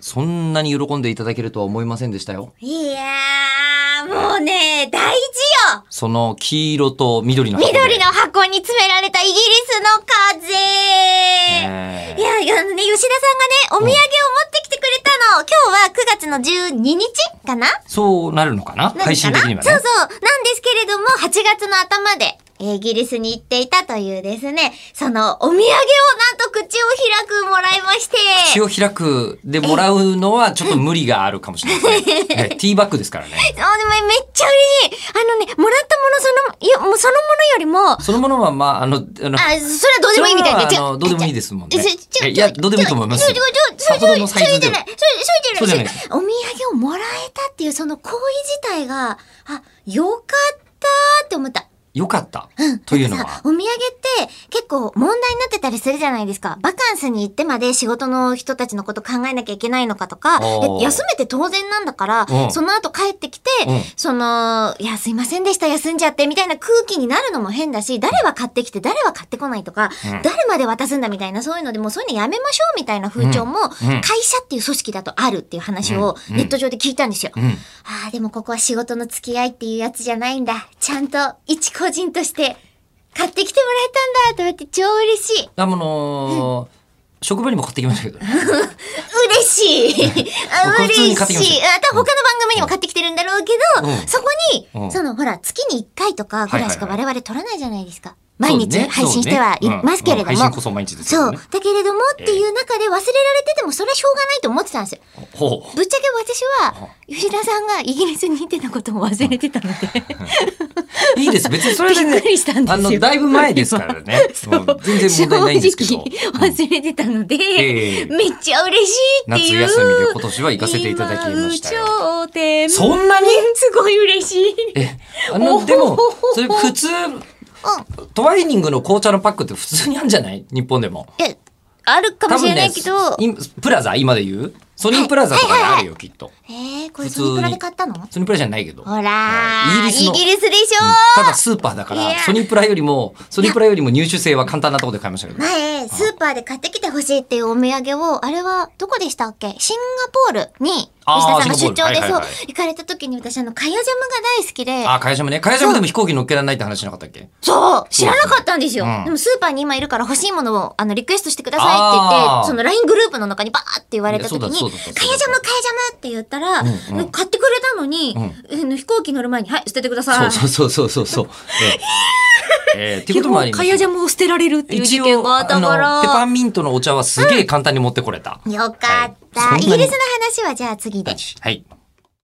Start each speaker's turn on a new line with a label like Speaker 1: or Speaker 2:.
Speaker 1: そんなに喜んでいただけるとは思いませんでしたよ。
Speaker 2: いやー、もうね、大事よ
Speaker 1: その黄色と緑の箱で
Speaker 2: 緑の箱に詰められたイギリスの風、
Speaker 1: え
Speaker 2: いや、いやね、吉田さんがね、お土産を持ってきてくれたの。今日は9月の12日かな
Speaker 1: そうなるのかな
Speaker 2: 何かな
Speaker 1: 配信的にはね。
Speaker 2: そうそう。なんですけれども、8月の頭で、えーイギリスに行っていたというですね、そのお土産をなんと口を開くもらいまして。
Speaker 1: 口を開くでもらうのはちょっと無理があるかもしれないですね。ねティーバッグですからね。
Speaker 2: あでもめっちゃ嬉しい。あのね、もらったものその、いや、もうそのものよりも、
Speaker 1: そのものは、まあ、あの、あの、それ
Speaker 2: あ、それはどうでもいいみたいな。
Speaker 1: はあのどうでもいい
Speaker 2: で
Speaker 1: ですもん
Speaker 2: ち
Speaker 1: ね
Speaker 2: ょちょ。ちょ
Speaker 1: えいや、どうでもいいと思います
Speaker 2: ちょ
Speaker 1: よ
Speaker 2: ちょ。ちょ
Speaker 1: さほどのサイズ
Speaker 2: それじ
Speaker 1: で
Speaker 2: ゃ
Speaker 1: は
Speaker 2: ない。それそれじゃない。
Speaker 1: そう
Speaker 2: お土産をもらえたっていう、その行為自体が、あ、よかったーって思った。
Speaker 1: よかった
Speaker 2: うん。。
Speaker 1: というの
Speaker 2: だってさ
Speaker 1: は。
Speaker 2: お土産って結構問題になってたりするじゃないですか。バカンスに行ってまで仕事の人たちのこと考えなきゃいけないのかとか、
Speaker 1: おー
Speaker 2: え休めて当然なんだから、
Speaker 1: うん
Speaker 2: その後帰ってきて、
Speaker 1: うん
Speaker 2: その、いや、すいませんでした、休んじゃって、みたいな空気になるのも変だし、誰は買ってきて、誰は買ってこないとか、
Speaker 1: うん
Speaker 2: 誰まで渡すんだみたいな、そういうので、もうそういうのやめましょうみたいな風潮も、
Speaker 1: うんうん
Speaker 2: 会社っていう組織だとあるっていう話を
Speaker 1: うん
Speaker 2: ネット上で聞いたんですよ。
Speaker 1: うん。
Speaker 2: ああ、でもここは仕事の付き合いっていうやつじゃないんだ。ちゃんと一個人として買ってきてもらえたんだと思って超嬉しい。
Speaker 1: あのー、職場にも買ってきましたけどね。
Speaker 2: 嬉しいあ
Speaker 1: 僕普通
Speaker 2: 嬉
Speaker 1: に買ってきま
Speaker 2: し
Speaker 1: し
Speaker 2: いあ多分他の番組にも買ってきてるんだろうけど、
Speaker 1: うん
Speaker 2: そこに、
Speaker 1: うん
Speaker 2: そのほら、月に1回とかぐらいしか
Speaker 1: はい
Speaker 2: 我々撮らないじゃないですか。
Speaker 1: そう
Speaker 2: 毎
Speaker 1: ね
Speaker 2: 日配信してはい
Speaker 1: そうね
Speaker 2: ますけれども。
Speaker 1: うんうん配信こそ毎日ですけ
Speaker 2: そ
Speaker 1: ど
Speaker 2: う
Speaker 1: ね。。
Speaker 2: だけれどもっていう中で忘れられててもそれはしょうがないと思ってたんですよ。
Speaker 1: ほう。
Speaker 2: ぶっちゃけ私は、吉田さんがイギリスに行ってたことも忘れてたので。
Speaker 1: いいです。別にそれで
Speaker 2: びっ
Speaker 1: ね
Speaker 2: くりしたんで、すよ
Speaker 1: あの、だいぶ前ですからね。 もう全然問題ないんですけど。
Speaker 2: 正直忘れてたので、
Speaker 1: ええ
Speaker 2: めっちゃ嬉しいって
Speaker 1: 夏
Speaker 2: いう。
Speaker 1: 休みで今年は行かせていただきましたよ。
Speaker 2: 今有頂天
Speaker 1: そんなに
Speaker 2: すごい嬉しい。
Speaker 1: え、あの、でも、それ普通、トワイニングの紅茶のパックって普通にあるんじゃない日本でも。
Speaker 2: え、あるかもしれないけど、
Speaker 1: 多分ねいプラザ今で言うソニープラザとかにあるよ、きっと。
Speaker 2: えー、これ
Speaker 1: 普通
Speaker 2: ソ
Speaker 1: に
Speaker 2: ニプラで買ったの
Speaker 1: ソニープラじゃないけど。
Speaker 2: ほらー
Speaker 1: イギリスの
Speaker 2: イギリスでしょ
Speaker 1: ただスーパーだか
Speaker 2: い
Speaker 1: ら、
Speaker 2: や
Speaker 1: ソニープラよりも、ソニープラよりも入手性は簡単なところで買いましたけど。
Speaker 2: 前、スーパーで買ってきてほしいっていうお土産を、あれはどこでしたっけシンガポールに、吉
Speaker 1: あー
Speaker 2: 田さんが出張で
Speaker 1: シンガポールはいはい
Speaker 2: そう
Speaker 1: はい、
Speaker 2: 行かれた時に私あの、カヤジャムが大好きで、
Speaker 1: あ、会社もね。会社もでも飛行機乗っけられないって話しなかったっけ
Speaker 2: そう知らなかったんですよ、
Speaker 1: うん
Speaker 2: でもスーパーに今いるから欲しいものをあのリクエストしてくださいって言
Speaker 1: あー
Speaker 2: って、その LINE グループの中にバーって言われた
Speaker 1: い
Speaker 2: 時に、か
Speaker 1: や
Speaker 2: や
Speaker 1: そ
Speaker 2: ジャ
Speaker 1: う
Speaker 2: ム
Speaker 1: だそうだそうだ
Speaker 2: かやジャムって言ったら、
Speaker 1: うんうん
Speaker 2: 買ってくれたのに、
Speaker 1: う
Speaker 2: えー飛行機乗る前に、はい、捨ててくださ
Speaker 1: そ
Speaker 2: い。
Speaker 1: うそうそうそうそう。ええええっていうこともあり
Speaker 2: 基本
Speaker 1: ます。
Speaker 2: かやジャムを捨てられるっていう事件があったか
Speaker 1: 一応あのペパ
Speaker 2: ら。
Speaker 1: ンミントのお茶はすげえ簡単に持ってこれた。
Speaker 2: よかった、
Speaker 1: はい
Speaker 2: イギリスの話はじゃあ次で。
Speaker 1: はい。